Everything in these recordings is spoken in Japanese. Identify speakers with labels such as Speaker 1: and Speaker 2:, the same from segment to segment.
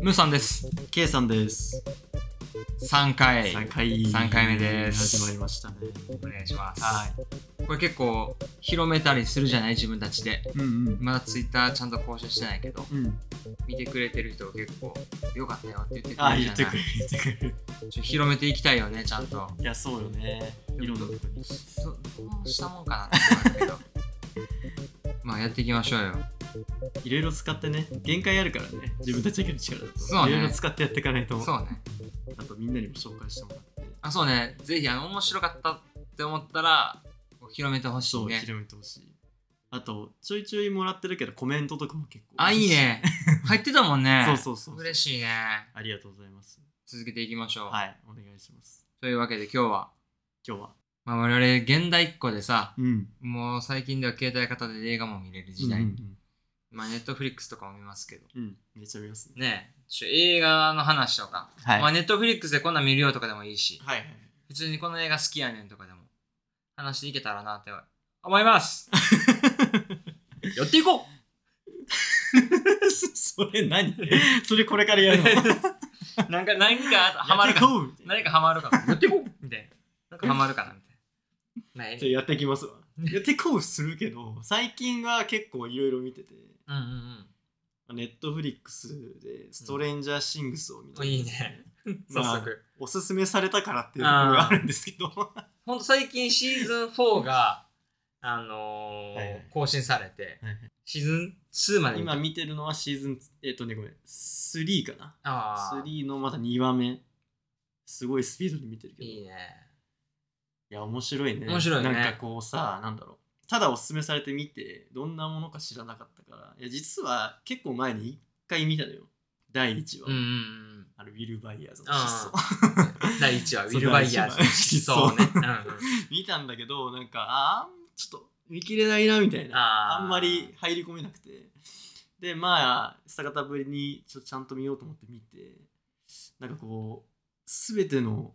Speaker 1: ムーさんです。
Speaker 2: K さんです。
Speaker 1: 3回。
Speaker 2: 三回
Speaker 1: 三回目です
Speaker 2: 始まりましたね。
Speaker 1: お願いします。
Speaker 2: はい。
Speaker 1: これ結構広めたりするじゃない自分たちで。
Speaker 2: うんうん。
Speaker 1: まだツイッターちゃんと更新してないけど、
Speaker 2: うん。
Speaker 1: 見てくれてる人結構よかったよって言ってくれるじゃ
Speaker 2: あ
Speaker 1: な
Speaker 2: あ、
Speaker 1: い
Speaker 2: 言ってくれる、言ってくれる。
Speaker 1: ちょ広めていきたいよね、ちゃんと。
Speaker 2: いや、そうよね。いろんなとこに。
Speaker 1: どどうしたもんかなって思うんだけど。 まあやっていきましょうよ。
Speaker 2: いろいろ使ってね、限界あるからね。自分たちだけの力だと。
Speaker 1: そうね
Speaker 2: いろいろ使ってやっていかないと。
Speaker 1: そうね。
Speaker 2: あと、みんなにも紹介してもらって。
Speaker 1: あ、そうね。ぜひ、あの、面白かったって思ったら、こう広めてほし
Speaker 2: そ、
Speaker 1: いうね。
Speaker 2: 広めてほしい。あと、ちょいちょいもらってるけど、コメントとかも結構。
Speaker 1: あ、いい。 ね。入ってたもんね。
Speaker 2: そうそうそう。
Speaker 1: 嬉しいね。
Speaker 2: ありがとうございます。
Speaker 1: 続けていきましょう。
Speaker 2: はい、お願いします。
Speaker 1: というわけで今日は、
Speaker 2: 今日は。
Speaker 1: まあ、我々現代っ子でさ、
Speaker 2: うん。
Speaker 1: もう最近では携帯型で映画も見れる時代。
Speaker 2: うん
Speaker 1: まあ、ネットフリックスとかも見ますけど。
Speaker 2: うん。うんめっちゃ見ますね。
Speaker 1: ねえ、ちょ映画の話とか。
Speaker 2: はい
Speaker 1: まあ、ネットフリックスでこんなん見るよとかでもいいし、
Speaker 2: はいはい。
Speaker 1: 普通にこの映画好きやねんとかでも、話していけたらなって思い ます。やっていこう
Speaker 2: それ何それこれ からやる の
Speaker 1: なんか何かハマるか
Speaker 2: や
Speaker 1: な
Speaker 2: っていこうみたいな
Speaker 1: 何かハマるかなやっていこうみたいななんかハマるかなみたいなない
Speaker 2: じゃあやっていきますわやっていこうするけど最近は結構いろいろ見てて
Speaker 1: うんうん
Speaker 2: ネットフリックスで「ストレンジャーシングス」を見て、
Speaker 1: うんいいねうん
Speaker 2: ま
Speaker 1: 早
Speaker 2: あ
Speaker 1: 速、
Speaker 2: おすすめされたからっていうのがあるんですけどは
Speaker 1: ほんと最近シーズン4があのー
Speaker 2: はいはい
Speaker 1: 更新されて
Speaker 2: いはい
Speaker 1: シーズン2まで見た
Speaker 2: 今見てるのはシーズンえっ、とねごめん3かな
Speaker 1: ああ
Speaker 2: 3のまだ2話目すごいスピードで見てるけど
Speaker 1: いいね
Speaker 2: いや面白いね
Speaker 1: 面白いね
Speaker 2: なんかこうさなんだろうただおすすめされてみてどんなものか知らなかったからいや実は結構前に1回見たのよ第1話、
Speaker 1: うんうんうん
Speaker 2: あのウィル・バイヤーズの
Speaker 1: あ
Speaker 2: 失踪
Speaker 1: ー第1話ウィル・バイヤーズの失
Speaker 2: そう
Speaker 1: 踪 ね、うんうん、
Speaker 2: 見たんだけどなんかあーちょっと見切れないなみたいな
Speaker 1: あー
Speaker 2: あんまり入り込めなくてでまあ久方ぶりにちょっとちゃんと見ようと思って見てなんかこう全ての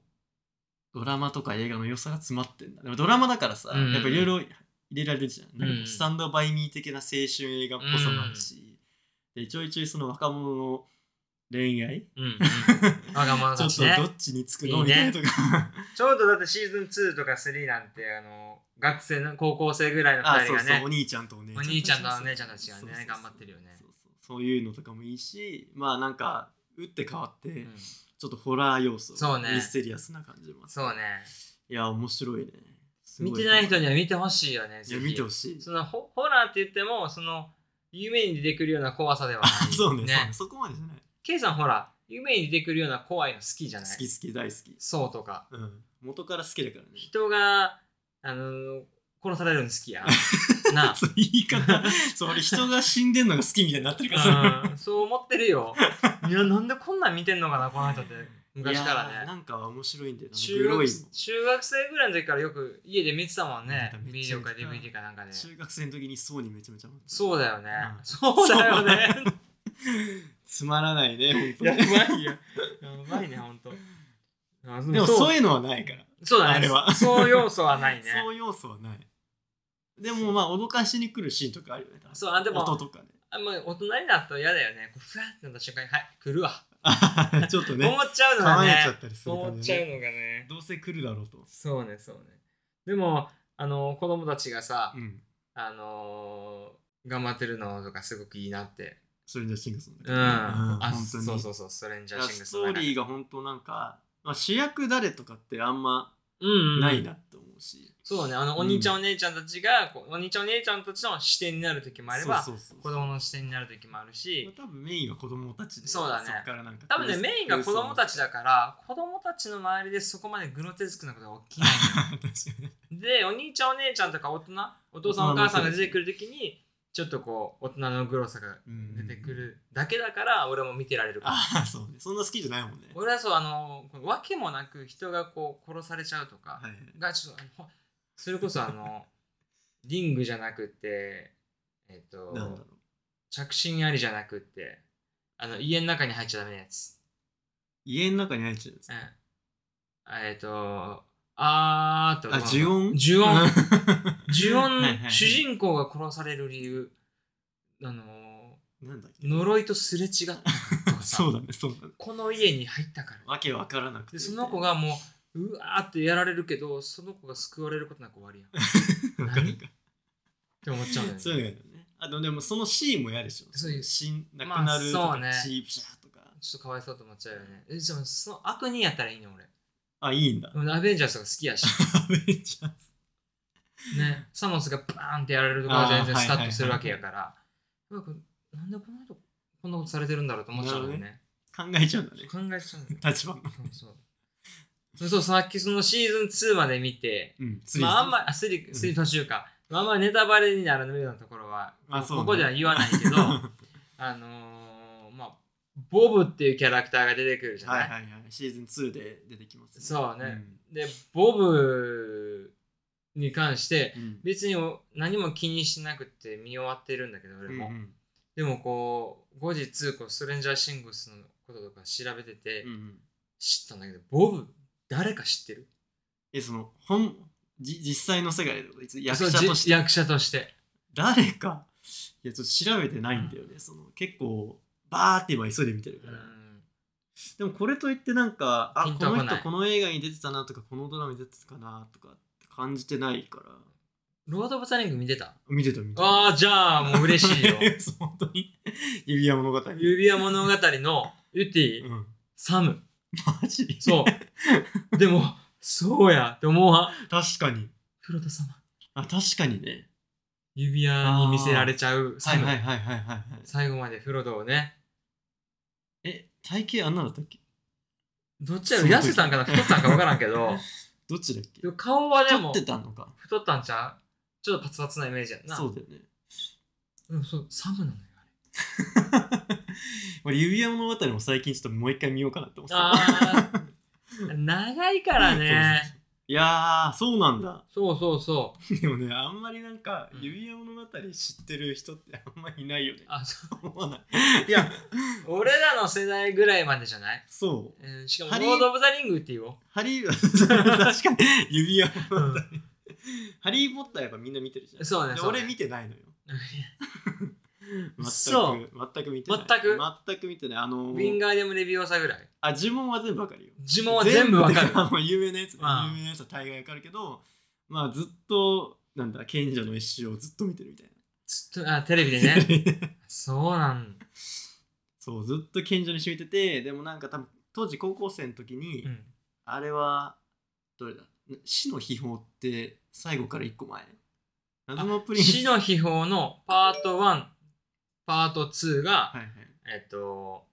Speaker 2: ドラマとか映画の良さが詰まってんだでもドラマだからさ、
Speaker 1: うんうん
Speaker 2: やっぱいろいろ入れられるじゃん,、なん
Speaker 1: うん
Speaker 2: かスタンドバイミー的な青春映画っぽさもあるし、でちょいちょいその若者の恋愛
Speaker 1: うんうん、わがまま
Speaker 2: ちょ
Speaker 1: た
Speaker 2: っ
Speaker 1: ち
Speaker 2: と
Speaker 1: ね
Speaker 2: どっちにつく
Speaker 1: いい
Speaker 2: の
Speaker 1: ね
Speaker 2: みたいなとか
Speaker 1: ちょうどだってシーズン2とか3なんてあの学生の高校生ぐらいの
Speaker 2: あ
Speaker 1: 2人
Speaker 2: そう
Speaker 1: が
Speaker 2: そうお
Speaker 1: ね
Speaker 2: 兄ちゃんとお姉ちゃん
Speaker 1: お兄ちゃんとお姉ちゃんたちがね
Speaker 2: そうそうそう
Speaker 1: 頑張ってるよね
Speaker 2: そうそうそういうのとかもいいしまあなんか打って変わって、
Speaker 1: うん
Speaker 2: ちょっとホラー要素
Speaker 1: そうね
Speaker 2: ミステリアスな感じもあって
Speaker 1: そうね
Speaker 2: いや面白いねすご
Speaker 1: 見てない人に
Speaker 2: い
Speaker 1: は見てほしいよねぜ
Speaker 2: や
Speaker 1: ひ
Speaker 2: 見てほしい
Speaker 1: そのホホラーって言ってもその夢に出てくるような怖さではない
Speaker 2: そうねそうねそこまでじゃない
Speaker 1: K さんほら夢に出てくるような怖いの好きじゃない
Speaker 2: 好き好き大好き
Speaker 1: そうとか
Speaker 2: うん元から好きだからね
Speaker 1: 人があの殺されるの好きや なあ
Speaker 2: そう言い方 そう俺人が死んでんのが好きみたいになってるからさ
Speaker 1: うんそう思ってるよいやなんでこんなん見てんのかなこの人って昔から
Speaker 2: いやーな
Speaker 1: ね
Speaker 2: んか面白いんだよな
Speaker 1: 中
Speaker 2: グロ
Speaker 1: 学
Speaker 2: いの
Speaker 1: 中学生ぐらいの時からよく家で見てたもんね
Speaker 2: なんかめっ
Speaker 1: ビ
Speaker 2: ち
Speaker 1: デ
Speaker 2: ゃ
Speaker 1: オ
Speaker 2: 見
Speaker 1: か
Speaker 2: てた
Speaker 1: DVD かなんかで、
Speaker 2: 中学生の時にそうにめちゃめちゃ思ってた
Speaker 1: そうだよね、
Speaker 2: うん
Speaker 1: そうだ よね
Speaker 2: つまらないね、
Speaker 1: や
Speaker 2: 本当に。
Speaker 1: ばいよ。やばいね、ほんと。あ
Speaker 2: でもそう
Speaker 1: う
Speaker 2: いうのはないから。
Speaker 1: そうだね。
Speaker 2: あれは
Speaker 1: そう要素はないね。
Speaker 2: そういう要素はない。でもまあ、脅かしに来るシーンとかあるよね。
Speaker 1: そうあでも
Speaker 2: 音とかね。
Speaker 1: あんま大人になると嫌だよね。こうふわってなった瞬間に、はい、来るわ。
Speaker 2: あちょっとね、
Speaker 1: 思っちゃうのが
Speaker 2: 構え
Speaker 1: ね
Speaker 2: ちゃ。ったりする
Speaker 1: 思
Speaker 2: 感
Speaker 1: っ
Speaker 2: じ
Speaker 1: ちゃう
Speaker 2: ね。
Speaker 1: のがね。
Speaker 2: どうせ来るだろうと。
Speaker 1: そうね、そうね。でも、あの、子供たちがさ
Speaker 2: う、ん。
Speaker 1: あのー、頑張ってるのとかすごくいいなって。
Speaker 2: ストレンジャーシングスのね
Speaker 1: うん。あ
Speaker 2: 本、当に。
Speaker 1: そうそうそう、ストレンジャーシング
Speaker 2: ス
Speaker 1: ス
Speaker 2: トーリー
Speaker 1: が
Speaker 2: が本当なんか、まあ、主役誰とかってあんま
Speaker 1: うんうんうん
Speaker 2: ないなって思うし。
Speaker 1: そうね、あの、お兄ちゃんお姉ちゃんたちが、こうお兄ちゃんお姉ちゃんたちの視点になる時もあれば、
Speaker 2: そうそうそう
Speaker 1: 子供の視点になる時もあるし、
Speaker 2: まあ多分メインは子供たちで
Speaker 1: そうだね
Speaker 2: そっからなんか
Speaker 1: 多分ねメインが子供たちだから子供たちの周りでそこまでグロテスクなことが起きない
Speaker 2: 確かに
Speaker 1: のでお兄ちゃんお姉ちゃんとか大人お父さんお母さんが出てくるときにちょっとこう大人のグロさが
Speaker 2: うん
Speaker 1: 出てくるだけだから俺も見てられるから
Speaker 2: ああ そうねそんな好きじゃないもんね
Speaker 1: 俺はそうあのこう訳もなく人がこう殺されちゃうとか
Speaker 2: はいはい
Speaker 1: がちょっとあのほそれこそあ のリングじゃなくてえっと
Speaker 2: なんだろう
Speaker 1: 着信ありじゃなくてあの家の中に入っちゃダメなやつ
Speaker 2: 家の中に入っちゃうやつ
Speaker 1: うんえっ、と、あーっと。
Speaker 2: あ呪音
Speaker 1: 呪 音。
Speaker 2: 音
Speaker 1: 呪
Speaker 2: はいはいは
Speaker 1: 音、
Speaker 2: い
Speaker 1: 主人公が殺される理由、あのー
Speaker 2: なんだっけ
Speaker 1: 呪いとすれ違ったとかさ
Speaker 2: そうだねそうだね
Speaker 1: この家に入ったから
Speaker 2: わけわからなくて
Speaker 1: でその子がもううわーってやられるけどその子が救われることなく終わりやんっ
Speaker 2: わかる
Speaker 1: 何て思っちゃうんだよね
Speaker 2: そういうのやだねあでもでもそのシーンも嫌でしょ
Speaker 1: そういう
Speaker 2: 死んなく
Speaker 1: まあ
Speaker 2: なるとか、
Speaker 1: そうね
Speaker 2: 血ピシャーとか
Speaker 1: ちょっとかわいそうと思っちゃうよねえでもその悪人やったらいいの俺
Speaker 2: あいいんだ
Speaker 1: でもアベンジャーズが好き やし
Speaker 2: アベンジャーズ
Speaker 1: ねサモスがバーンってやられるとこは全然スカッとするわけやからなんかなんでこの人こんなことされてるんだろうと思っちゃうんだよね
Speaker 2: 考えちゃうんだね
Speaker 1: 考えちゃうんだよね
Speaker 2: 立場の
Speaker 1: そうそう。そうそう、さっきそのシーズン2まで見て、
Speaker 2: うんスリー
Speaker 1: まああんまり、あスリ
Speaker 2: うん
Speaker 1: スリ途中か、まああんまりネタバレになるようなところは、
Speaker 2: あそうね
Speaker 1: ここでは言わないけ ど、
Speaker 2: は
Speaker 1: あのーまあ、ボブっていうキャラクターが出てくるじ
Speaker 2: い
Speaker 1: ゃない、
Speaker 2: はいはいシーズン2で出てきます、
Speaker 1: そうね、で、ボブに関して、
Speaker 2: うん
Speaker 1: 別にお何も気にしなくて見終わってるんだけど、俺も。
Speaker 2: うんうん
Speaker 1: でもこう、後日、こう、ストレンジャーシングスのこととか調べてて、
Speaker 2: うんうん
Speaker 1: 知ったんだけど、ボブ、誰か知ってる
Speaker 2: えその本じ実際の世界で役
Speaker 1: そう
Speaker 2: 者
Speaker 1: じ
Speaker 2: として
Speaker 1: 役者として
Speaker 2: 誰かいやちょっと調べてないんだよね、その結構バーって今急いで見てるから、でもこれといってなんか
Speaker 1: ピ
Speaker 2: あ
Speaker 1: ン
Speaker 2: こと
Speaker 1: こ
Speaker 2: の
Speaker 1: ない
Speaker 2: 人この映画に出てたなとかこのドラマに出てたかなとかって感じてないから
Speaker 1: ロード・オブ・ザ・リング見てた
Speaker 2: 見てた見てた
Speaker 1: ああじゃあもう嬉しいよ
Speaker 2: そう 本当に指輪物語、うん、
Speaker 1: 指輪物語のユティ、サム
Speaker 2: マジ
Speaker 1: そう でもそうやって思うわ
Speaker 2: 確かに
Speaker 1: 黒田様
Speaker 2: あ確かにね
Speaker 1: 指輪に見せられちゃう
Speaker 2: は
Speaker 1: サ
Speaker 2: い
Speaker 1: ム、
Speaker 2: はいはいはいはいはい
Speaker 1: 最後までフロドをね
Speaker 2: え体型あんなだったっけ
Speaker 1: どっちやろ痩せたんかな太ったんか分からんけ ど
Speaker 2: どっちだっけ
Speaker 1: でも顔はで
Speaker 2: 太
Speaker 1: も
Speaker 2: ってたのか
Speaker 1: 太ったんちゃうちょっとパツパツなイメージやんな
Speaker 2: そうだよね
Speaker 1: でもそうサムなのよあれ
Speaker 2: 俺指輪物語も最近ちょっともう一回見ようかなって思ってた
Speaker 1: ああ 長いからね
Speaker 2: そうそうそういやーそうなんだ
Speaker 1: そうそうそう
Speaker 2: でもねあんまりなんか
Speaker 1: うん
Speaker 2: 指輪物語知ってる人ってあんまりいないよね
Speaker 1: あそう
Speaker 2: 思わないいや
Speaker 1: 俺らの世代ぐらいまでじゃない、
Speaker 2: そう
Speaker 1: うん、しか
Speaker 2: ハ
Speaker 1: も
Speaker 2: リー
Speaker 1: ロード・オブ・ザ・リングって言おう。
Speaker 2: ハ リー確かに指輪物
Speaker 1: う
Speaker 2: 語、
Speaker 1: ん
Speaker 2: ハリー・ポッターやっぱみんな見てるじゃん
Speaker 1: そうね
Speaker 2: で
Speaker 1: そうね
Speaker 2: 俺見てないのよ全く
Speaker 1: そう
Speaker 2: 全く見てない
Speaker 1: 全く
Speaker 2: 全く見てないあの
Speaker 1: ウ
Speaker 2: ー
Speaker 1: ィンガーデム・ レビオーサぐらい。
Speaker 2: あ呪文は全部わかるよ
Speaker 1: 呪文は全部わかる
Speaker 2: 全。部あの有名なやつ、
Speaker 1: まあ
Speaker 2: 有名なやつは大概わかるけどまあずっとなんだ賢者の一生をずっと見てるみたい
Speaker 1: ずっとあテレビで
Speaker 2: な、
Speaker 1: ね。そうなん。
Speaker 2: そうずっと賢者の一生見ててでもなんか多分当時高校生の時に、
Speaker 1: うん、
Speaker 2: あれはどれだ死の秘宝って最後から一個前謎のプリン
Speaker 1: 死の秘宝のパート1、パート2が、
Speaker 2: はいはい、
Speaker 1: えっと、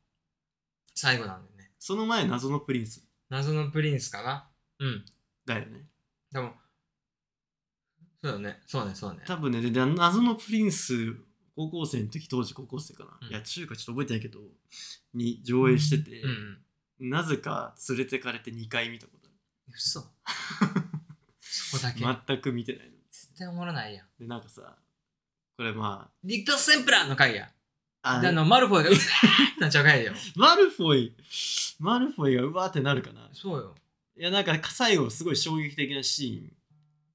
Speaker 1: 最後なんだよね。
Speaker 2: その前謎のプリンス
Speaker 1: 謎のプリンスかな。うん。
Speaker 2: だよね
Speaker 1: でも、そうだね。そうね、そうね。
Speaker 2: 多分ねでで謎のプリンス高校生の時当時高校生かな、
Speaker 1: うん
Speaker 2: いや中華ちょっと覚えてないけどに上映してて、
Speaker 1: うんうん。
Speaker 2: なぜか連れてかれて2回見たこと
Speaker 1: 嘘。そこだ
Speaker 2: あ
Speaker 1: け。
Speaker 2: る全く見てないの
Speaker 1: 絶対おもろないやん。
Speaker 2: でなんかさこれま
Speaker 1: ディクタス・センプラーの回や。
Speaker 2: ああ
Speaker 1: であの、マルフォイが、うわーってなっちゃう回よ。
Speaker 2: マルフォイマルフォイがうわーってなるかな
Speaker 1: そうよ。
Speaker 2: いやなんか最後すごい衝撃的なシ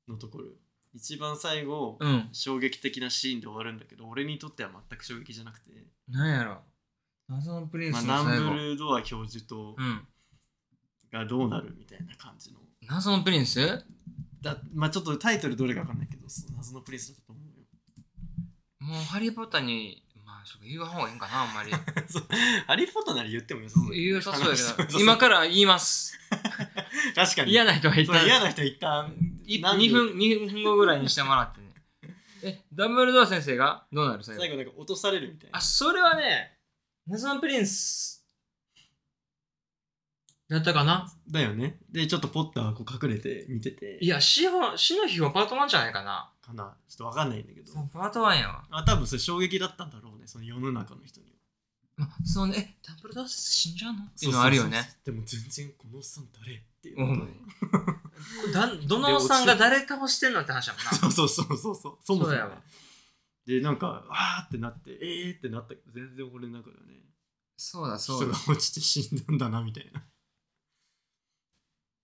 Speaker 2: ーンのところ一番最後、
Speaker 1: うん。
Speaker 2: 衝撃的なシーンで終わるんだけど俺にとっては全く衝撃じゃなくて、
Speaker 1: なんやろ。謎のプリン
Speaker 2: まあ、
Speaker 1: ス
Speaker 2: ナ
Speaker 1: の最
Speaker 2: ン
Speaker 1: 後。
Speaker 2: ブルドア教授と
Speaker 1: うん。
Speaker 2: がどうなるみたいな感じの
Speaker 1: 謎のプリンス
Speaker 2: だまあちょっとタイトルどれか分かんないけどその謎のプリンスだったと思うよ
Speaker 1: もう、ハリー・ポッターに、まあ、そうか言わん方がいいんかな、あんまり。
Speaker 2: そうハリー・ポッターなら言ってもよさそうだよ
Speaker 1: 言うさそうや
Speaker 2: 話して
Speaker 1: け
Speaker 2: も良さ
Speaker 1: ど、
Speaker 2: そう
Speaker 1: 今から言います。
Speaker 2: 確かに
Speaker 1: 嫌な人は一
Speaker 2: そう嫌
Speaker 1: 旦、
Speaker 2: な人一旦
Speaker 1: い
Speaker 2: なんで
Speaker 1: 2分、二分後ぐらいにしてもらってね。え、ダンブルドア先生がどうなる最
Speaker 2: 最
Speaker 1: 後。
Speaker 2: 後なんか落とされるみたいな
Speaker 1: あ、それはね、謎のプリンス。だったかな
Speaker 2: だよねでちょっとポッターはこう隠れて見てて
Speaker 1: いや、死は死の日はパート1じゃないかな。
Speaker 2: かなちょっと分かんないんだけど
Speaker 1: そうパート1やわ。
Speaker 2: あ多分それ衝撃だったんだろうねその世の中の人には
Speaker 1: まあ、そのね、ダンブルドア死んじゃうのっていうのはあるよね。
Speaker 2: そうそうそうでも全然このおっさん誰っていう
Speaker 1: う
Speaker 2: ことで
Speaker 1: んこれだんどのおっさんが誰倒してんのって話やもんな。
Speaker 2: そうそうそうそうそうそもそも
Speaker 1: そう
Speaker 2: ね
Speaker 1: やわ
Speaker 2: でなんかわーってなってえーってなったけど全然俺の中ではね
Speaker 1: そうだ
Speaker 2: 人が落ちて死んだんだなみたいな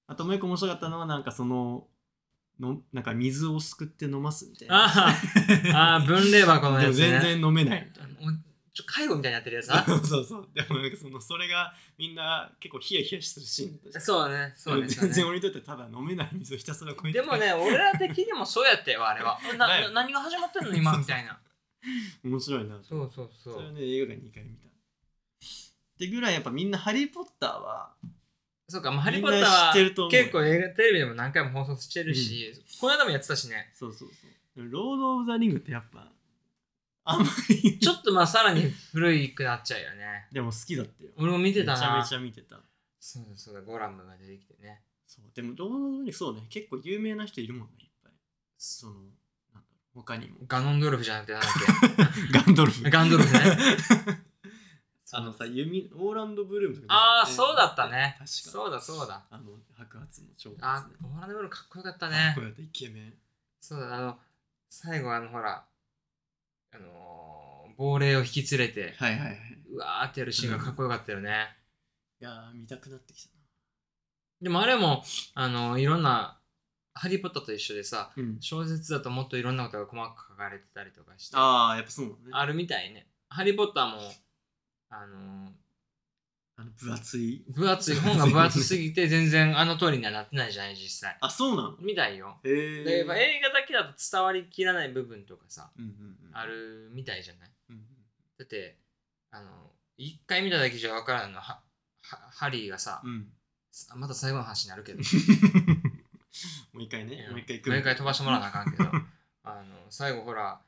Speaker 2: あともう一個面白かったのはなんかそののなんか水をすくって飲ますみたいな
Speaker 1: ああ、ああ分霊箱の
Speaker 2: で
Speaker 1: や
Speaker 2: も
Speaker 1: つ、ね。
Speaker 2: 全然飲めないみたいな
Speaker 1: おちょ介護みたいになってるやつな
Speaker 2: そうそうそうでもなんかそのそれがみんな結構ヒヤヒヤするシーンだったし
Speaker 1: そうねそうねそう
Speaker 2: 全
Speaker 1: ね
Speaker 2: 然俺にとってはただ飲めない水をひたすらこいて
Speaker 1: でもね俺ら的にもそうやってよあ れはな
Speaker 2: だよ
Speaker 1: な何が始まってんの今みたいな
Speaker 2: 面白いな
Speaker 1: そうそうそ
Speaker 2: それは
Speaker 1: う
Speaker 2: ね映画館2回見たってぐらいやっぱみんな「ハリー・ポッター」は
Speaker 1: そうか、まあ、ハリー・ポッター
Speaker 2: みんな知ってると思
Speaker 1: は
Speaker 2: う
Speaker 1: 結構映画テレビでも何回も放送してるし、この間もやってたしね
Speaker 2: そうそうそうでもロード・オブ・ザ・リングってやっぱあんまり
Speaker 1: ちょっとまあさらに古いくなっちゃうよね
Speaker 2: でも好きだったよ
Speaker 1: 俺も見てたな
Speaker 2: めちゃめちゃ見てた
Speaker 1: そうだそうだゴラムが出てきてね
Speaker 2: そうでもロード・オブ・ザ・リングそうね結構有名な人いるもんねいっぱいそのなんだろう他に も
Speaker 1: ガノンドルフじゃなくてなんだっ
Speaker 2: ガンドルフ
Speaker 1: けガンドル フね
Speaker 2: あのさ弓オーランド・ブルームとか出てたよ
Speaker 1: ああ
Speaker 2: ね
Speaker 1: そうだったね
Speaker 2: 確か
Speaker 1: そうだそうだ
Speaker 2: あの白髪の超
Speaker 1: あオーランドブルーかっこよかったね
Speaker 2: こうやってイケメン
Speaker 1: そうだ、あの、最後、あの、ほら、あのー、亡霊を引き連れて、
Speaker 2: はいはいはいう
Speaker 1: わーってやるシーンがかっこよかったよね。
Speaker 2: いやー見たくなってきたな
Speaker 1: でも、あれも、あのいろんな、ハリー・ポッターと一緒でさ、
Speaker 2: うん
Speaker 1: 小説だともっといろんなことが細かく書かれてたりとかして、あ
Speaker 2: ああやっぱそうなのね
Speaker 1: るみたいね。ハリー・ポッターも、あの
Speaker 2: あの分厚い
Speaker 1: ー、分厚い、本が分厚すぎて、全然あの通りにはなってないじゃない、実際。
Speaker 2: あそうなの
Speaker 1: みたいよ。
Speaker 2: へえ
Speaker 1: でやっぱ映画だけだと伝わりきらない部分とかさ、
Speaker 2: うんうんうん
Speaker 1: あるみたいじゃない
Speaker 2: うんうん
Speaker 1: だってあの一回見ただけじゃ分からんのははハリーがさ、
Speaker 2: うん
Speaker 1: さまた最後の話になるけど
Speaker 2: もう一回ねもう一回行く
Speaker 1: もう一回飛ばしてもらわなあかんけ どあの最後ほら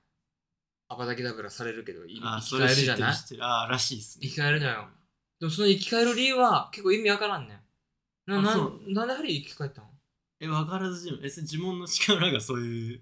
Speaker 1: アバダキダブラされるけどい
Speaker 2: あー
Speaker 1: 生
Speaker 2: そ
Speaker 1: き
Speaker 2: れ
Speaker 1: 返
Speaker 2: 知
Speaker 1: る
Speaker 2: ってる
Speaker 1: じゃない
Speaker 2: 知ってるあーらしいっすね
Speaker 1: 生き返るのよでもその生き返る理由は結構意味分からんねんな
Speaker 2: あ
Speaker 1: な
Speaker 2: そう
Speaker 1: なんでハリー生き返ったの
Speaker 2: え分からずじまんえそれ呪文の力がそういう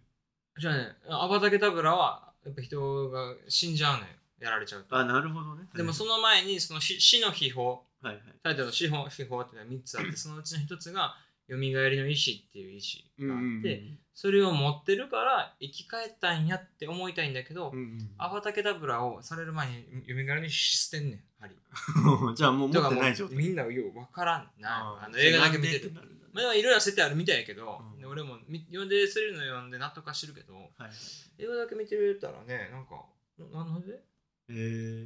Speaker 1: じゃあねアバダキダブラはやっぱ人が死んじゃうのよやられちゃうと
Speaker 2: あなるほどね
Speaker 1: でもその前にその死死の秘宝
Speaker 2: はいはい
Speaker 1: タイトルの司法司法っていうのは3つあってそのうちの1つが「よみがえりの意思」っていう意
Speaker 2: う
Speaker 1: 思
Speaker 2: ん
Speaker 1: が
Speaker 2: う
Speaker 1: あ
Speaker 2: んう
Speaker 1: っ
Speaker 2: ん
Speaker 1: てそれを持ってるから生き返ったんやって思いたいんだけど
Speaker 2: うんうん
Speaker 1: アバタケダブラをされる前によみがえりの意思捨てんねんハリー
Speaker 2: じゃあもう持
Speaker 1: だ
Speaker 2: っ
Speaker 1: か
Speaker 2: て
Speaker 1: らも
Speaker 2: ない状
Speaker 1: う
Speaker 2: 態
Speaker 1: みんなよう分からんな
Speaker 2: ー
Speaker 1: あの映画だけ見て
Speaker 2: じゃ
Speaker 1: る
Speaker 2: あなんでってなるんだね
Speaker 1: まあでもいろいろ設定あるみたいやけど、
Speaker 2: うん
Speaker 1: で俺もみ読んでそれの読んで納得はしてるけど
Speaker 2: はいはい
Speaker 1: 映画だけ見てるたらねなんかななんで
Speaker 2: え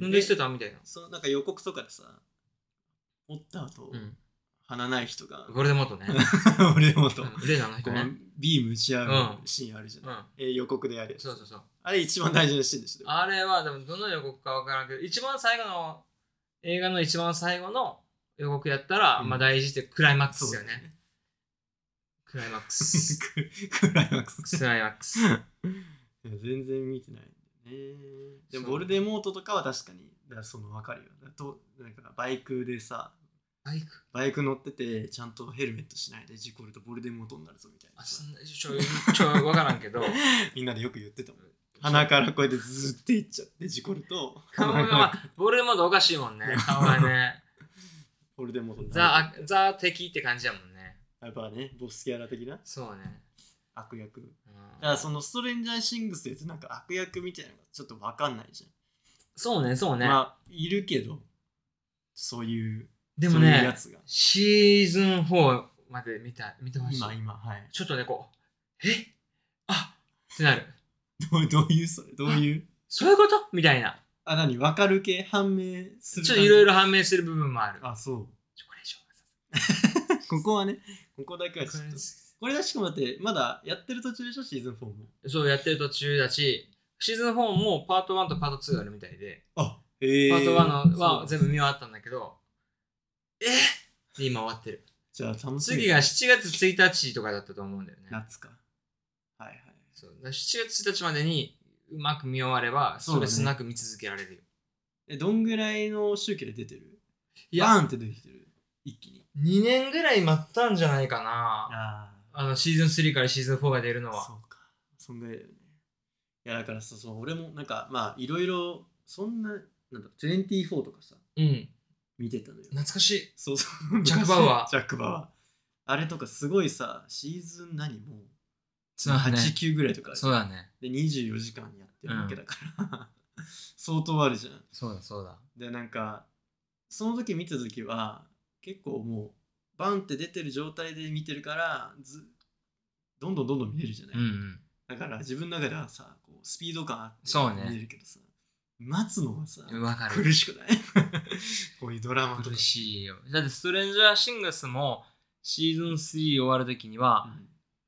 Speaker 2: ー
Speaker 1: なんで捨てたみたいな、
Speaker 2: そのなんか予告とかでさポッターと
Speaker 1: うん、
Speaker 2: 鼻ない人 が
Speaker 1: これでもっ とね
Speaker 2: 俺もと
Speaker 1: うんレナの
Speaker 2: こ
Speaker 1: 人
Speaker 2: う
Speaker 1: ね
Speaker 2: ビーム打ち合うシーンあるじゃ
Speaker 1: う
Speaker 2: ない、
Speaker 1: ん
Speaker 2: えー予告でやるやつ
Speaker 1: そうそうそう
Speaker 2: あれ一番大事なシーンでしょ
Speaker 1: あれはでもどの予告かわからんけど一番最後の映画の一番最後の予告やったら、
Speaker 2: うん
Speaker 1: まあ大事ってクライマックスよ
Speaker 2: だ
Speaker 1: ねクライマック ス
Speaker 2: クライマックス
Speaker 1: クライマックス
Speaker 2: いや全然見てないんだよねでも
Speaker 1: そう
Speaker 2: ボルデモートとかは確かにだからその分かるよだとなんかバイクでさ
Speaker 1: バイク
Speaker 2: バイク乗っててちゃんとヘルメットしないで事故るとボルデモートになるぞみたいな
Speaker 1: あそんなちょちょわからんけど
Speaker 2: みんなでよく言ってたもん鼻からこうやってずーっていっちゃって事故ると
Speaker 1: 顔が、 まあ、ボルデモードおかしいもんね顔がね
Speaker 2: ボルデモートにな
Speaker 1: ザ
Speaker 2: る
Speaker 1: ザ敵って感じやもんね
Speaker 2: やっぱねボスキャラ的な
Speaker 1: そうね、
Speaker 2: 悪役
Speaker 1: うん
Speaker 2: だからそのストレンジャーシングスってなんか悪役みたいなのがちょっと分かんないじ
Speaker 1: そうねそう
Speaker 2: ゃん、
Speaker 1: ね、
Speaker 2: まあいるけどそういう
Speaker 1: でも
Speaker 2: そういうや
Speaker 1: ね
Speaker 2: つが
Speaker 1: シーズン4まで見た見てほしい
Speaker 2: 今今はい
Speaker 1: ちょっとねこうえあってなる
Speaker 2: どうどういうそれどういう
Speaker 1: そういうことみたいな。
Speaker 2: あ何分かる系判明する
Speaker 1: ちょっといろい
Speaker 2: ろ
Speaker 1: ろ判明する部分もある。
Speaker 2: あそう
Speaker 1: ちょこれ以上
Speaker 2: ここはねここだけはちょっ
Speaker 1: これ
Speaker 2: とこれだしかもだってまだやってる途中でしょシーズン4も
Speaker 1: そう、やってる途中だし、シーズン4もパート1とパート2があるみたいで、
Speaker 2: あへえ
Speaker 1: パート1のは全部見終わったんだけど、えっで今終わってる。
Speaker 2: じゃあ楽しみ
Speaker 1: 次が7月1日とかだったと思うんだよね。
Speaker 2: 夏かはいはい
Speaker 1: そうだから7月1日までにうまく見終われば、そ
Speaker 2: そうだ
Speaker 1: れ
Speaker 2: ね
Speaker 1: スなく見続けられるよ。
Speaker 2: えどんぐらいの周期で出てる
Speaker 1: い
Speaker 2: バー
Speaker 1: や、
Speaker 2: ンって出てきてる一気に
Speaker 1: 2年ぐらい待ったんじゃないかな。
Speaker 2: ああ
Speaker 1: あのシーズン3からシーズン4が出るのは。
Speaker 2: そうか。そんぐらいだよね。いや、だからそうそう、俺もなんか、まあ、いろいろ、そんな、なんだ、24とかさ、
Speaker 1: うん。
Speaker 2: 見てたのよ。
Speaker 1: 懐かしい。
Speaker 2: そうそう。
Speaker 1: ジャックバウアー
Speaker 2: 昔 ジャックバウアー。あれとかすごいさ、シーズン何も、
Speaker 1: そうだね
Speaker 2: 8、9ぐらいとかある
Speaker 1: そうだね。
Speaker 2: で、24時間やってるわけだから、 相当あるじゃん。
Speaker 1: そうだそうだ。
Speaker 2: で、なんか、その時見た時は、結構もう、バンって出てる状態で見てるから、ずどんどんどんどん見れるじゃない。
Speaker 1: うんうん。
Speaker 2: だから自分の中ではさこうスピード感あって
Speaker 1: そうね
Speaker 2: 見えるけどさ待つのがさ、
Speaker 1: わかる。
Speaker 2: 苦しくない こういうドラマ
Speaker 1: 苦
Speaker 2: とか。
Speaker 1: しいよ。だって、ストレンジャーシングスもシーズン3終わるときには、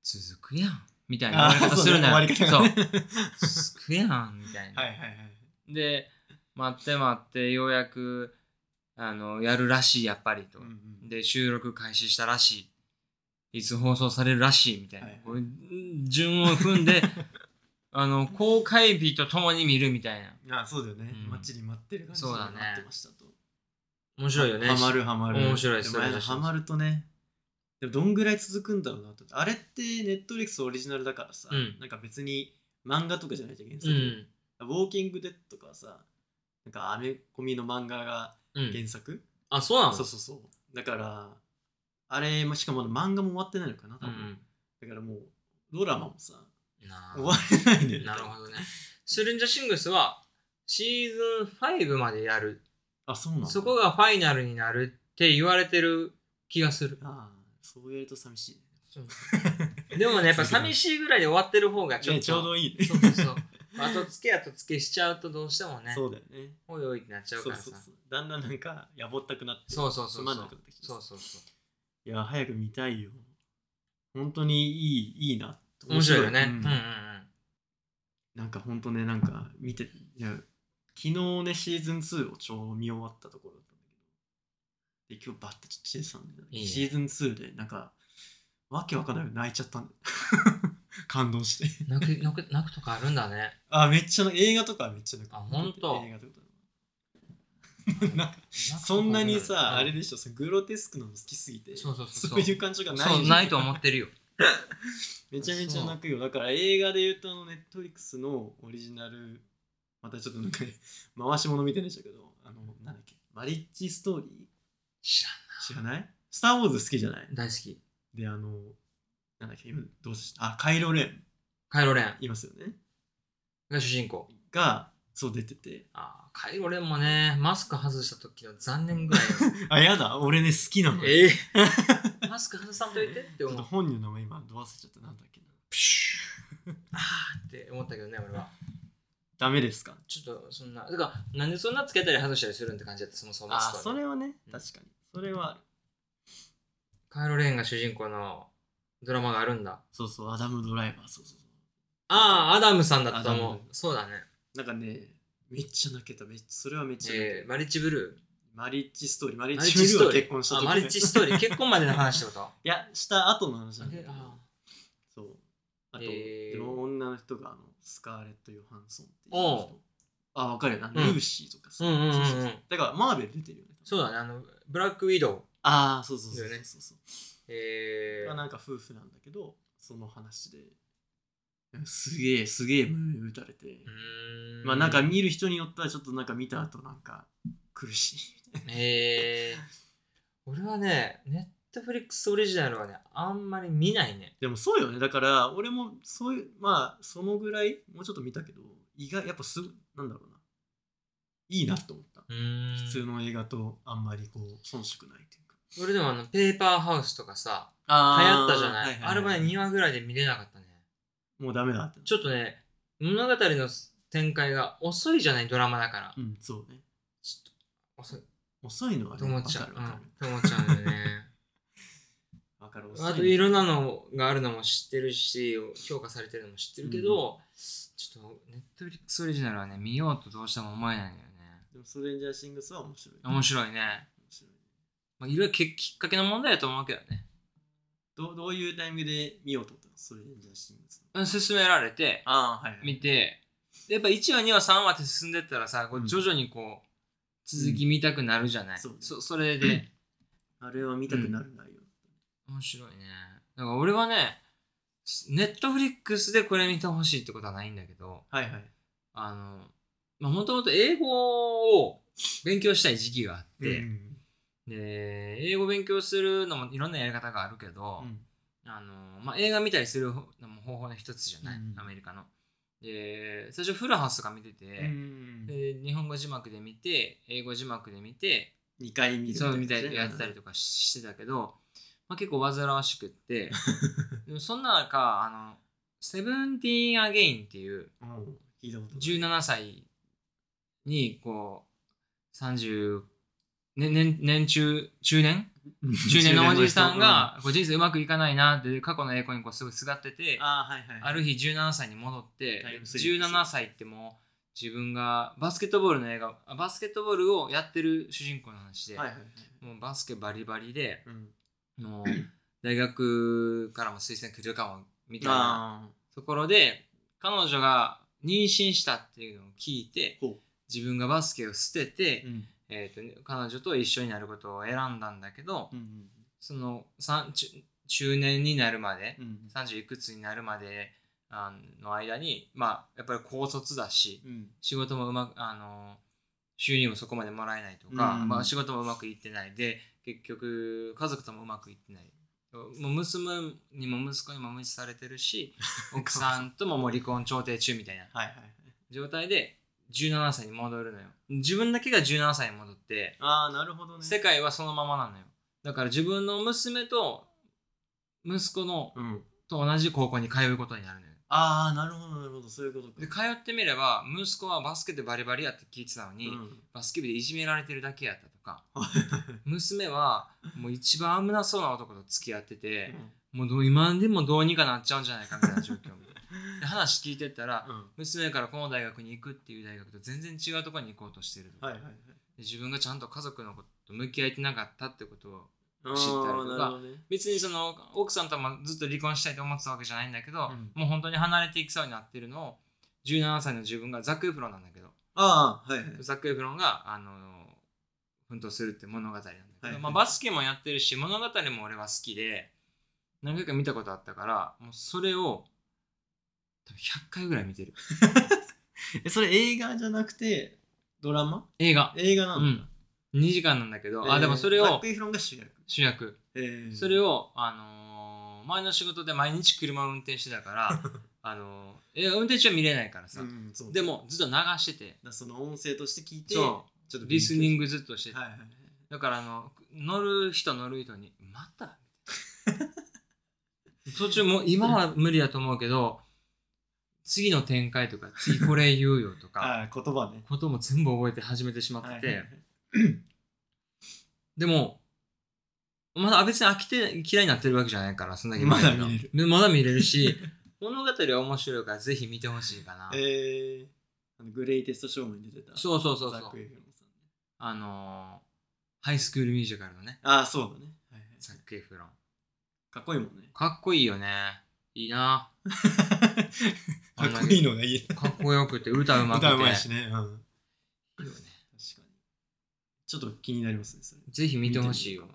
Speaker 1: 続くやん、みたいな
Speaker 2: あ
Speaker 1: 終わり
Speaker 2: ー
Speaker 1: 方
Speaker 2: そ
Speaker 1: す
Speaker 2: う
Speaker 1: る
Speaker 2: ね
Speaker 1: な
Speaker 2: 終わり方がね
Speaker 1: 続くやん、みたいな。
Speaker 2: はいはいはい。
Speaker 1: で、待って待って、ようやく、あの、やるらしい、やっぱりと。
Speaker 2: うんうん
Speaker 1: で、収録開始したらしい。いつ放送されるらしい、みたいな。
Speaker 2: はいはい
Speaker 1: こういう順を踏んで、 あの、公開日とともに見るみたいな。
Speaker 2: あそうだよね、
Speaker 1: うん
Speaker 2: 待ちに待ってる感じで
Speaker 1: そうだね
Speaker 2: 待ってましたと。
Speaker 1: 面白いよね。
Speaker 2: ハマるハマる。
Speaker 1: 面白い
Speaker 2: で
Speaker 1: ス
Speaker 2: も
Speaker 1: トーリー
Speaker 2: あれ
Speaker 1: だし
Speaker 2: ハマるとね、でもどんぐらい続くんだろうなと。あれってネットフリックスオリジナルだからさ、
Speaker 1: うん
Speaker 2: なんか別に漫画とかじゃないじゃん、原
Speaker 1: う
Speaker 2: 作。
Speaker 1: ん。
Speaker 2: ウォーキングデッドとかはさ、なんかアメコミの漫画が
Speaker 1: うん。
Speaker 2: 原作、
Speaker 1: あ、そうなの
Speaker 2: そうそうそう。だから、あれもしかもまだ漫画も終わってないのかな、多
Speaker 1: う
Speaker 2: 分
Speaker 1: ん。
Speaker 2: だからもう、ドラマもさ、
Speaker 1: な
Speaker 2: 終われないんだよね。
Speaker 1: なるほどね。ストレンジャーシングスはシーズン5までやる。
Speaker 2: あ、そうなんだ
Speaker 1: そこがファイナルになるって言われてる気がする。
Speaker 2: ああ、そうやると寂しいね。
Speaker 1: でもね、やっぱ寂しいぐらいで終わってる方がちょっと。
Speaker 2: ねちょうどいいね。
Speaker 1: そうそうそう。後付け後付けしちゃうとどうしてもね、
Speaker 2: そうだよね。
Speaker 1: おいおいってなっちゃう
Speaker 2: そ
Speaker 1: から
Speaker 2: う
Speaker 1: さ
Speaker 2: そう。そう。だんだんなんか、やぼったくなって、
Speaker 1: そうそうそう
Speaker 2: つまん
Speaker 1: そ
Speaker 2: な
Speaker 1: う
Speaker 2: くなってきて。
Speaker 1: そうそうそう。
Speaker 2: いや、早く見たいよ。本当にいい、いいな。
Speaker 1: 面白いよね。う
Speaker 2: うんん
Speaker 1: うんうん。
Speaker 2: なんか本当ね、なんか見て、いや、昨日ね、シーズン2をちょうど見終わったところだったんだけど、で、今日バッてちょっとしてたんだよね
Speaker 1: いいね
Speaker 2: シーズン2で、なんか、わけわかんないけど泣いちゃったんだよ。 感動して。
Speaker 1: 泣く泣く泣くとかあるんだね。
Speaker 2: あ、めっちゃ、映画とかはめっちゃ泣く。
Speaker 1: あほんと
Speaker 2: 映画とか。なんかそんなにさ、あれでしょ、そのグロテスクなの好きすぎて、
Speaker 1: そうそうそうそう
Speaker 2: いう感情がない
Speaker 1: そう、ないと思ってるよ。
Speaker 2: めちゃめちゃ泣くよ。だから映画で言うと、あの、ネットフリックスのオリジナル、またちょっとなんかね、 回し物みたいになっちゃうけど、あの、なんだっけ、マリッジストーリー
Speaker 1: 知ら
Speaker 2: 知らないスター・ウォーズ好きじゃない
Speaker 1: ん。大好き。
Speaker 2: で、あの、なんだっけ、今どうしたあ、カイロ・レン、
Speaker 1: カイロレン
Speaker 2: いますよね。
Speaker 1: が主人公。
Speaker 2: が、そう出てて、
Speaker 1: あーカイロレンもね、マスク外した時の残念ぐらい
Speaker 2: あ、やだ、俺ね、好きな
Speaker 1: の
Speaker 2: の。
Speaker 1: ええ マスク外さんといてって
Speaker 2: ち
Speaker 1: 思
Speaker 2: ょっ
Speaker 1: う
Speaker 2: と。本人の名前今、どう忘れちゃった、なんだっけな。
Speaker 1: プシューあーって思ったけどね、俺は。
Speaker 2: ダメですか
Speaker 1: ちょっとそんな、だから、なんでそんなつけたり外したりするんって感じだった、そもそもマス
Speaker 2: あ
Speaker 1: ク、は
Speaker 2: それはね、
Speaker 1: うん
Speaker 2: 確かに。それはある。
Speaker 1: カイロレンが主人公のドラマがあるんだ。
Speaker 2: そうそう、アダム・ドライバー、そうそうそう。
Speaker 1: ああ、アダムさんだったと
Speaker 2: ア
Speaker 1: 思う
Speaker 2: ダム。
Speaker 1: そうだね。
Speaker 2: なんかね、めっちゃ泣けた、めっちゃそれはめっちゃ泣けた。
Speaker 1: えー、マリッチブル
Speaker 2: マリッジストーリー、マリ
Speaker 1: ー。
Speaker 2: ッジブルーは結婚した
Speaker 1: あ
Speaker 2: 時
Speaker 1: マリッジストーリ ー。結婚までの話ってこ
Speaker 2: いや、した後の話
Speaker 1: と
Speaker 2: なんだけ
Speaker 1: で
Speaker 2: ど
Speaker 1: あ
Speaker 2: そう。あと、
Speaker 1: えー
Speaker 2: でも女の人があのスカーレット・ヨハンソンっていう
Speaker 1: おう
Speaker 2: 人。あ、わかるよな、
Speaker 1: ん
Speaker 2: ルーシーとかさ。
Speaker 1: うんうんうんうん
Speaker 2: そうそうそうだから、マーベル出てるよね。
Speaker 1: そうだね、あの、ブラックウィドウ。
Speaker 2: ああ、そうそうそう
Speaker 1: だ
Speaker 2: そ
Speaker 1: よ
Speaker 2: う
Speaker 1: ね
Speaker 2: そうそう。
Speaker 1: え
Speaker 2: が
Speaker 1: ー、
Speaker 2: なんか夫婦なんだけど、その話で。すげえ、すげえ胸打たれて。
Speaker 1: うー
Speaker 2: まあなんか見る人によってはちょっとなんか見た後なんか苦しい。
Speaker 1: えー、俺はね、ネットフリックスオリジナルはね、あんまり見ないね。
Speaker 2: でもそうよね。だから、俺もそういう、まあ、そのぐらい、もうちょっと見たけど、意外、やっぱすぐ、なんだろうな。いいなと思った。
Speaker 1: うん
Speaker 2: 普通の映画とあんまりこう、遜色ないというか。
Speaker 1: 俺でもあの、ペーパーハウスとかさ、流
Speaker 2: あ
Speaker 1: 行ったじゃない。あれはね、
Speaker 2: に
Speaker 1: 2話ぐらいで見れなかったね。
Speaker 2: もうダメだって。
Speaker 1: ちょっとね、物語の展開が遅いじゃない、ドラマだから。
Speaker 2: うん、そうね。
Speaker 1: ちょっと、遅い。
Speaker 2: 遅いのは
Speaker 1: と
Speaker 2: ね、
Speaker 1: 思
Speaker 2: わ
Speaker 1: っち
Speaker 2: か
Speaker 1: ゃう。
Speaker 2: る
Speaker 1: うん、
Speaker 2: わ
Speaker 1: っ
Speaker 2: かる。
Speaker 1: て思っちゃうんだよね。
Speaker 2: わかる、遅いの
Speaker 1: あと、いろんなのがあるのも知ってるし、評価されてるのも知ってるけど、ちょっと、ネットフリックスオリジナルはね、見ようとどうしても思えないんだよね。
Speaker 2: でも、ストレンジャーシングスは面白い。
Speaker 1: 面白いね。
Speaker 2: 面白い
Speaker 1: まあ、いろいろききっかけの問題だと思うけどね。
Speaker 2: どう。どういうタイミングで見ようと思ったのストレンジャーシングス。
Speaker 1: うん勧められて、
Speaker 2: ああ、はい、はい。
Speaker 1: 見て、でやっぱ1話、2話、3話って進んでったらさ、こ
Speaker 2: う
Speaker 1: うん徐々にこう、続き見たくなるじゃない。
Speaker 2: そうね
Speaker 1: そそれで、
Speaker 2: あれは見たくなる内容。
Speaker 1: 面白いね。だから俺はね、ネットフリックスでこれ見てほしいってことはないんだけど、
Speaker 2: はいはい。
Speaker 1: あの、まあ、もともと英語を勉強したい時期があって、
Speaker 2: うん
Speaker 1: で、英語勉強するのもいろんなやり方があるけど、
Speaker 2: うん
Speaker 1: あの、まあ、映画見たりするのも方法の一つじゃない、
Speaker 2: うん
Speaker 1: アメリカの。で、最初フルハウスとか見てて、
Speaker 2: うん。
Speaker 1: で日本語字幕で見て、英語字幕で見て、
Speaker 2: 2回見る
Speaker 1: そうみたいな
Speaker 2: な
Speaker 1: やってたりとかしてたけど、まあ、結構煩わしくって でもそんな中あの「セブンティーン・アゲイン」っていう
Speaker 2: うん聞いたことない
Speaker 1: 17歳にこう30年年年中中年中年のおじさんが、こう人生うまくいかないなって過去の栄光にこうすごいすがってて
Speaker 2: うん、あーはいはいはい
Speaker 1: ある日17歳に戻って
Speaker 2: タイムスリップ
Speaker 1: 17歳ってもう自分がバスケットボールの映画あバスケットボールをやってる主人公の話で、
Speaker 2: はいはいはい
Speaker 1: もうバスケバリバリで
Speaker 2: うん
Speaker 1: もう大学からも推薦来るかもみたいな
Speaker 2: あ
Speaker 1: ところで彼女が妊娠したっていうのを聞いて
Speaker 2: ーほ
Speaker 1: 自分がバスケを捨てて
Speaker 2: う、うん
Speaker 1: えー、と彼女と一緒になることを選んだんだけど、
Speaker 2: うん
Speaker 1: そのさん中中年になるまで
Speaker 2: うんうん
Speaker 1: 30いくつになるまであの間にまあやっぱり高卒だし
Speaker 2: うん
Speaker 1: 仕事もうまくあの収入もそこまでもらえないとか、
Speaker 2: うん
Speaker 1: まあ、仕事もうまくいってないで結局家族ともうまくいってないもう娘にも息子にも無視されてる し奥さんとももう離婚調停中みたいな
Speaker 2: はいはいはい
Speaker 1: 状態で17歳に戻るのよ自分だけが17歳に戻って
Speaker 2: ああなるほどね
Speaker 1: 世界はそのままなのよだから自分の娘と息子の
Speaker 2: うん
Speaker 1: と同じ高校に通うことになるのよ
Speaker 2: ああなるほどなるほどそういうことか
Speaker 1: で通ってみれば息子はバスケでバリバリやって聞いてたのに、
Speaker 2: うん
Speaker 1: バスケ部でいじめられてるだけやったとか娘はもう一番危なそうな男と付き合っててもうどう今でもどうにかなっちゃうんじゃないかみたいな状況で話聞いてったら
Speaker 2: うんうん
Speaker 1: 娘からこの大学に行くっていう大学と全然違うところに行こうとしてるとか
Speaker 2: はいはいはい
Speaker 1: で自分がちゃんと家族のことと向き合えてなかったってことを
Speaker 2: あー
Speaker 1: 知ったりとか
Speaker 2: なるほどね
Speaker 1: 別にその奥さんともずっと離婚したいと思ってたわけじゃないんだけど、
Speaker 2: うん
Speaker 1: もう本当に離れていきそうになってるのを17歳の自分がザック・エフロンなんだけど
Speaker 2: ああはいはい
Speaker 1: ザック・エフロンがあの奮闘するって物語なんだけど、
Speaker 2: はい
Speaker 1: まあ、バスケもやってるし物語も俺は好きで何回か見たことあったからもうそれを多分100回ぐらい見てる
Speaker 2: えそれ映画じゃなくてドラマ
Speaker 1: 映画
Speaker 2: 映画な
Speaker 1: う
Speaker 2: の
Speaker 1: ん2時間なんだけど、あ
Speaker 2: えー
Speaker 1: でもそれ
Speaker 2: ザッ
Speaker 1: を
Speaker 2: ク・エフロンが主役
Speaker 1: 主役
Speaker 2: え
Speaker 1: それ
Speaker 2: を
Speaker 1: を、あのー前の仕事で毎日車を運転してたから あのー、え運転中は見れないからさ、で
Speaker 2: でも
Speaker 1: もずっと流してて
Speaker 2: その音声として聞いて
Speaker 1: そ
Speaker 2: ちょっと
Speaker 1: リスニン
Speaker 2: グ
Speaker 1: グずっとしてて、
Speaker 2: はいはいはい
Speaker 1: だからあの乗る人乗る人に「ま た? 」途中もう今は無理だと思うけど次の展開とか次これ言うよ とか
Speaker 2: あー言葉ね
Speaker 1: ことも全部覚えて始めてしまってて、
Speaker 2: はいはいはい
Speaker 1: でもまだ別に飽きて嫌いになってるわけじゃないからそんだけ見て
Speaker 2: まだ見れ
Speaker 1: るまだ見れるし 物語は面白いからぜひ見てほしいかな、
Speaker 2: えーあのグレイテストショーも出てた
Speaker 1: そうそうそうそ
Speaker 2: ザック・
Speaker 1: う
Speaker 2: エフロンさん
Speaker 1: あのーハイスクールミュージカルのね
Speaker 2: ああそうだねはいはい
Speaker 1: ザック・エフロン
Speaker 2: かっこいいもんね
Speaker 1: かっこいいよねいいな
Speaker 2: かっこいいのがいい
Speaker 1: かっこよくて歌うまくて
Speaker 2: 歌うまいしねうん確か
Speaker 1: いいよね
Speaker 2: にちょっと気になりますねそれ
Speaker 1: ぜひ見てほしいよ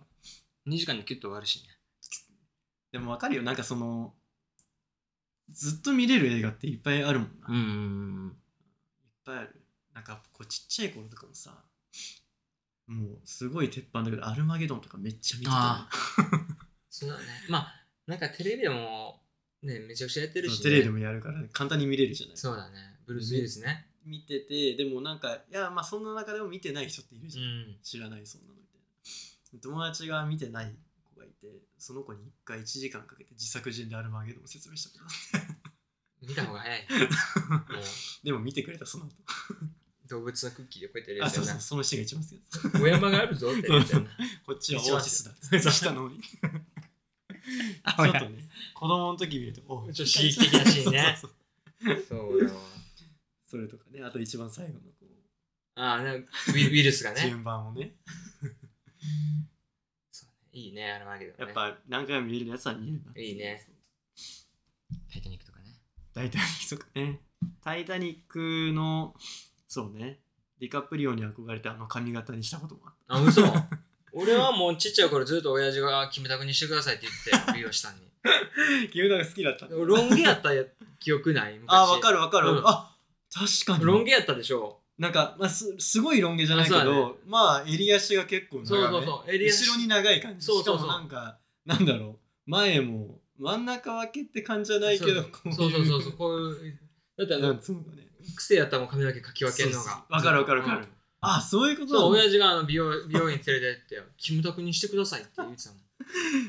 Speaker 1: 2時間でキュッと終わるしね
Speaker 2: でもわかるよなんかそのずっと見れる映画っていっぱいあるもんな、
Speaker 1: う
Speaker 2: いっ
Speaker 1: ん
Speaker 2: ぱいあるなんかこうちっちゃい頃とかもさもうすごい鉄板だけどアルマゲドンとかめっちゃ見てた
Speaker 1: あそうだねまあなんかテレビでもねめちゃくちゃやってる
Speaker 2: そ
Speaker 1: し、
Speaker 2: う
Speaker 1: ね、
Speaker 2: テレビでもやるから簡単に見れるじゃない
Speaker 1: そうだねブルース・ウィルスね
Speaker 2: 見ててでもなんかいやまあそんな中でも見てない人っているじ
Speaker 1: う
Speaker 2: ゃん、
Speaker 1: ん
Speaker 2: 知らないそんなのみたいな友達が見てない子がいてその子に1回1時間かけて自作人でアルマゲドンを説明したから
Speaker 1: 見た方が 早いもう
Speaker 2: でも見てくれたその後
Speaker 1: 動物のクッキーでこうやってやる
Speaker 2: あ
Speaker 1: やつ
Speaker 2: そ
Speaker 1: や
Speaker 2: う
Speaker 1: な
Speaker 2: そうその人が一番好きだった
Speaker 1: お山があるぞってやつやな
Speaker 2: こっちはオアシスだってしたの に。ちょっとね、子供の時見ると、おう
Speaker 1: ちょっと刺激的なシーンね
Speaker 2: そうそうそう
Speaker 1: そうだわ
Speaker 2: それとかね、あと一番最後のこう
Speaker 1: ああなんかウィウイルスがね
Speaker 2: 順番をね、
Speaker 1: そうねいいねあれもあるけど
Speaker 2: やっ
Speaker 1: ね
Speaker 2: ぱ何回も見れるやつは見れるな。
Speaker 1: いいね。タイタニックとかね
Speaker 2: タイタニックとかね。タイタニックの、そうね、ディカプリオに憧れてあの髪型にしたこともあっ
Speaker 1: あ、 嘘俺はもうちっちゃい頃ずっと親父がキムタクにしてくださいって言って、美容師さんに。
Speaker 2: た。キムタク好きだった。
Speaker 1: ロン毛やった記憶ない昔
Speaker 2: あ、わかるわかる。
Speaker 1: うん
Speaker 2: あ確かに。
Speaker 1: ロン毛やったでしょ
Speaker 2: なんか、まあす、すごいロン毛じゃないけ
Speaker 1: あそうだ
Speaker 2: ど、まあ、襟足が結構長め。
Speaker 1: そうそうそう。エリア
Speaker 2: 後ろに長い感じ
Speaker 1: そうそうそう
Speaker 2: しかもなんかなんだろう前も真ん中分けって感じじゃないけどこい
Speaker 1: そうそうそうそう。こういう。だってあ
Speaker 2: な
Speaker 1: の、
Speaker 2: んつうのかね
Speaker 1: 癖やったもん髪の毛かき分けるの
Speaker 2: そう
Speaker 1: が
Speaker 2: そ。うわかるわかるわかる、
Speaker 1: うん
Speaker 2: あそういうこと
Speaker 1: そう、
Speaker 2: なの
Speaker 1: 親父があの美容美容院連れてって、キムタクにしてくださいって言ってたもん。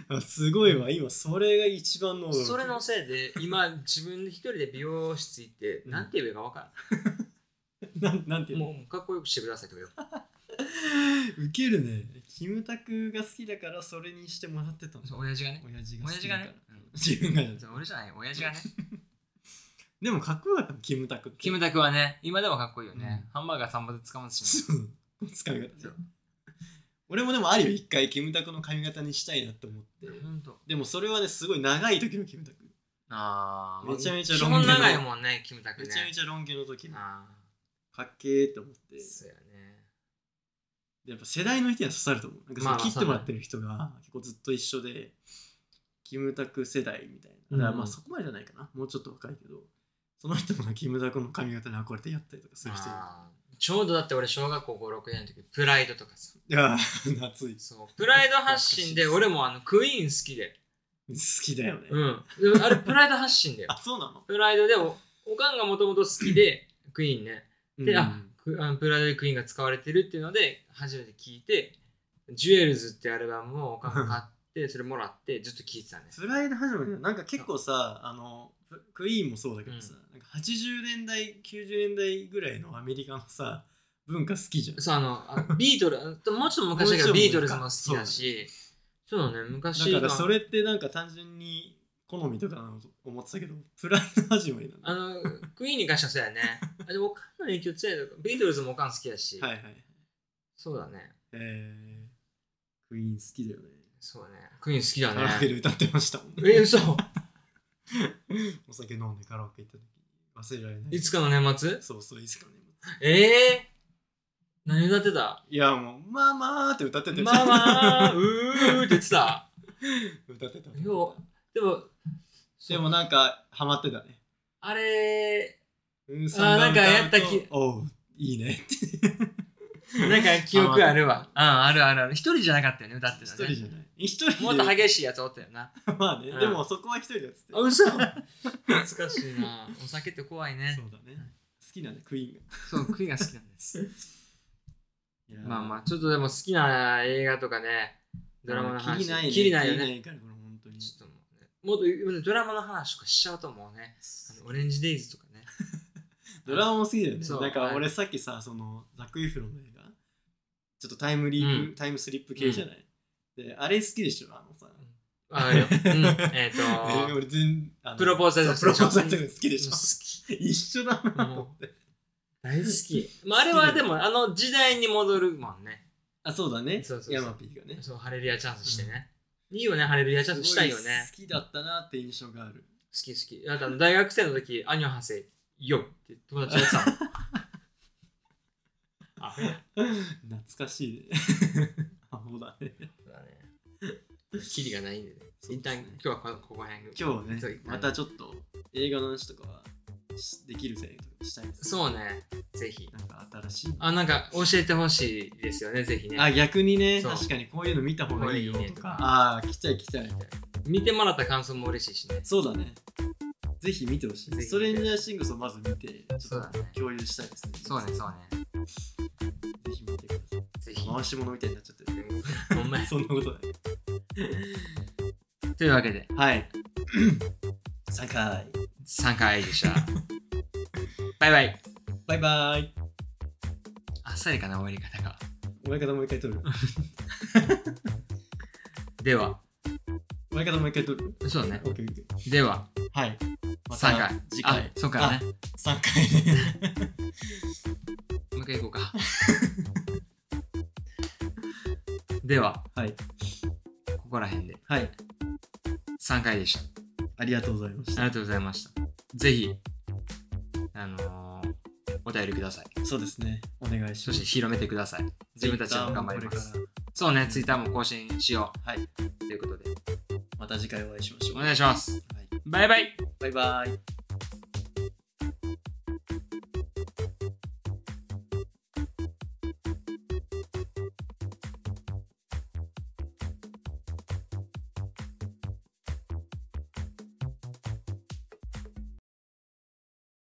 Speaker 2: あすごいわ今それが一番の
Speaker 1: それのせいで、今自分で一人で美容室行って、
Speaker 2: うん
Speaker 1: なんて言えばいいか分からん。
Speaker 2: なんなんていうの
Speaker 1: もうかっこよくしてくださいとかよ。
Speaker 2: ウケるねキムタクが好きだからそれにしてもらってたの
Speaker 1: そう親父がね。
Speaker 2: 親父が好
Speaker 1: 親
Speaker 2: き
Speaker 1: 父
Speaker 2: だ
Speaker 1: が
Speaker 2: から
Speaker 1: ね。うん
Speaker 2: 自分がやった
Speaker 1: そう俺じゃない、親父がね。
Speaker 2: でもかっこよかったもんキムタクって
Speaker 1: キムタクはね、今でもかっこいいよね。ハンバーガー3本で捕まってし
Speaker 2: そう使い方
Speaker 1: そ
Speaker 2: ね
Speaker 1: う
Speaker 2: 俺もでもあるよ一回キムタクの髪型にしたいなと思って
Speaker 1: まう。ほんと。
Speaker 2: でもそれはねすごい長い時のキムタク
Speaker 1: あー、
Speaker 2: めちゃめちゃ
Speaker 1: 基
Speaker 2: ロン毛の
Speaker 1: 本長いもんね、キムタク
Speaker 2: め
Speaker 1: ね。
Speaker 2: ちゃめちゃロン毛の時のか
Speaker 1: あ
Speaker 2: っけーって思って
Speaker 1: ー、そうやね。
Speaker 2: でやっぱ世代の人には刺さると思うなんかそ
Speaker 1: ま
Speaker 2: の
Speaker 1: あ
Speaker 2: 切ってもらってる人が結構ずっと一緒でキムタク世代みたいな
Speaker 1: うん
Speaker 2: だからまあそこまでじゃないかなもうちょっと若いけどその 人もキムタクの髪型に憧れてやったりとかする人いる
Speaker 1: あーちょうどだって俺小学校5、6年の時、プライドとかさ。
Speaker 2: いやー夏い
Speaker 1: そう。プライド発信で、俺もあの、クイーン好きで。
Speaker 2: 好きだよね、
Speaker 1: うん。あれ、プライド発信だよ
Speaker 2: あ。そうなの
Speaker 1: プライドでお、おかんがもともと好きで、クイーンね。で
Speaker 2: うん
Speaker 1: あクあのプライドでクイーンが使われてるっていうので初めて聞いて「ジュエルズ」ってアルバムをおかんが買ってそれもらってずっと聞いてたね
Speaker 2: プライド始まりだなんか結構さあのククイーンもそうだけどさ、なんか80年代90年代ぐらいのアメリカのさ文化好きじゃん
Speaker 1: そうあのあビートルズもうちょっと昔だけど
Speaker 2: もうちょ
Speaker 1: ビ
Speaker 2: っ
Speaker 1: ー
Speaker 2: と
Speaker 1: ト
Speaker 2: 昔
Speaker 1: ルズ
Speaker 2: か
Speaker 1: も好きだしそうだね昔
Speaker 2: だからそ
Speaker 1: れ
Speaker 2: れってなんか単純に好みとかなのと思ってたけどプライド始まりなんだ
Speaker 1: あのクイーンに関してはそうやねあでもおかんの影響強いとかビートルズもおかん好きだし、
Speaker 2: はいはい
Speaker 1: そうだね
Speaker 2: えー、クイーン好きだよね
Speaker 1: そうねクイーン好きだ
Speaker 2: カラオケ
Speaker 1: ね
Speaker 2: で歌ってましたもん
Speaker 1: え
Speaker 2: ね
Speaker 1: 嘘
Speaker 2: お酒飲んでカラオケ行った時忘れられない
Speaker 1: いつかの年末
Speaker 2: そうそういつかね
Speaker 1: ええー、何歌って た
Speaker 2: いやもうまあまあって歌ってたよ、
Speaker 1: まあまあうーって言ってた。
Speaker 2: 歌ってた
Speaker 1: よでも、
Speaker 2: でもなんかハマってたね
Speaker 1: あれ、
Speaker 2: うん
Speaker 1: あーなんかやった気
Speaker 2: おういいね
Speaker 1: なんか記憶あるわ。うん、あるあるある。一人じゃなかったよね、歌って
Speaker 2: 一
Speaker 1: た
Speaker 2: 人
Speaker 1: ね。
Speaker 2: じゃない一人で
Speaker 1: もっと激しいやつおったよな。
Speaker 2: まあね、
Speaker 1: うん
Speaker 2: でもそこは一人だっつって
Speaker 1: あ、 嘘懐かしいな。お酒って怖いね
Speaker 2: そ。うだね好きなんだクイーンが
Speaker 1: そう、クイーンが好きなんです。
Speaker 2: いや ー
Speaker 1: まあまあ、ちょっとでも好きな映画とかね、ドラマの話。
Speaker 2: キリないね
Speaker 1: キリないよ
Speaker 2: キリ
Speaker 1: ね。
Speaker 2: ないからこれ本当に
Speaker 1: ちょっともうね。もっと今ドラマの話とかしちゃうともうね、あのオレンジデイズとかね。
Speaker 2: ドラマも好きだよね
Speaker 1: そう
Speaker 2: だから俺さっきさそのザック・イフロンの映画ちょっとタイムリープ、
Speaker 1: う
Speaker 2: タイムスリップ系じゃない、であれ好きでしょあのさ
Speaker 1: あれよ。 うん。えっ
Speaker 2: え
Speaker 1: と、
Speaker 2: 俺全あの
Speaker 1: プロポーザル
Speaker 2: そうプロポーザル好きでしょ
Speaker 1: 好き。
Speaker 2: 一緒だなと思って
Speaker 1: 大好き。 まあ、あれはでも、あの時代に戻るもんね。
Speaker 2: あそうだね
Speaker 1: そうそうそう
Speaker 2: ヤマピーがね
Speaker 1: そう、ハレルヤチャンスしてね。いいよね、ハレルヤチャンスしたいよ
Speaker 2: すご
Speaker 1: ね。
Speaker 2: 好きだったなって印象がある
Speaker 1: 好き好き。なんかあの大学生の時、アニョンハセ、よって友達が言 ってたもんあ、
Speaker 2: 懐かしいね アホだね
Speaker 1: そうだね。キリがないんでね。一旦、今日はここら辺。
Speaker 2: 今日
Speaker 1: そう
Speaker 2: ねまたちょっと映画の話とかはしできるぜとかしたいです
Speaker 1: そうね、ぜひ。
Speaker 2: なんか新しいの
Speaker 1: あ、なんか教えてほしいですよね、ぜひね。
Speaker 2: あ逆にね
Speaker 1: そう
Speaker 2: 確かにこういうの見た方がいいよと
Speaker 1: こ
Speaker 2: か
Speaker 1: れいいねとか
Speaker 2: ああ来ちゃい来ちゃい
Speaker 1: 見てもらった感想も嬉しいしね。
Speaker 2: そうだねぜひ見てほ
Speaker 1: ぜ
Speaker 2: し
Speaker 1: ひ
Speaker 2: い
Speaker 1: 見て
Speaker 2: それにじゃあシングスをまず見てち
Speaker 1: そ
Speaker 2: ょ
Speaker 1: う
Speaker 2: っ
Speaker 1: だ
Speaker 2: と
Speaker 1: ね
Speaker 2: 共有したいですね
Speaker 1: そうね、そうね。
Speaker 2: ぜひ見てくださ
Speaker 1: ぜひ。
Speaker 2: い回し物みたいになっちゃってる
Speaker 1: ほんまや
Speaker 2: そんなことない
Speaker 1: というわけで、
Speaker 2: はい3回
Speaker 1: 3回で した。バイバイ。
Speaker 2: バイバイ
Speaker 1: あっさりかな、終わり方が。
Speaker 2: 親方もう一回撮る
Speaker 1: では、
Speaker 2: 親方もう一回撮る
Speaker 1: そうね。
Speaker 2: オッケーオッケー
Speaker 1: では、
Speaker 2: はい
Speaker 1: 3回。
Speaker 2: 次
Speaker 1: あ
Speaker 2: 回、
Speaker 1: そうかね。
Speaker 2: 3回ね
Speaker 1: もう一回行こうか。では、
Speaker 2: はい
Speaker 1: ここら辺で
Speaker 2: はい
Speaker 1: 3回でした。
Speaker 2: ありがとうございまし
Speaker 1: あり
Speaker 2: た
Speaker 1: がとうございました。ぜひ、あのーお便りください。
Speaker 2: そうですねお願いし
Speaker 1: そ
Speaker 2: ま
Speaker 1: して
Speaker 2: す
Speaker 1: 広めてください。自分たちも頑張ります
Speaker 2: Twitter もこ。
Speaker 1: そうね、ツイッターも更新しよう。
Speaker 2: はい。
Speaker 1: ということで、
Speaker 2: れからまた次回お会いしましょう
Speaker 1: お願いします。
Speaker 2: はい
Speaker 1: バイバイ
Speaker 2: バイバイ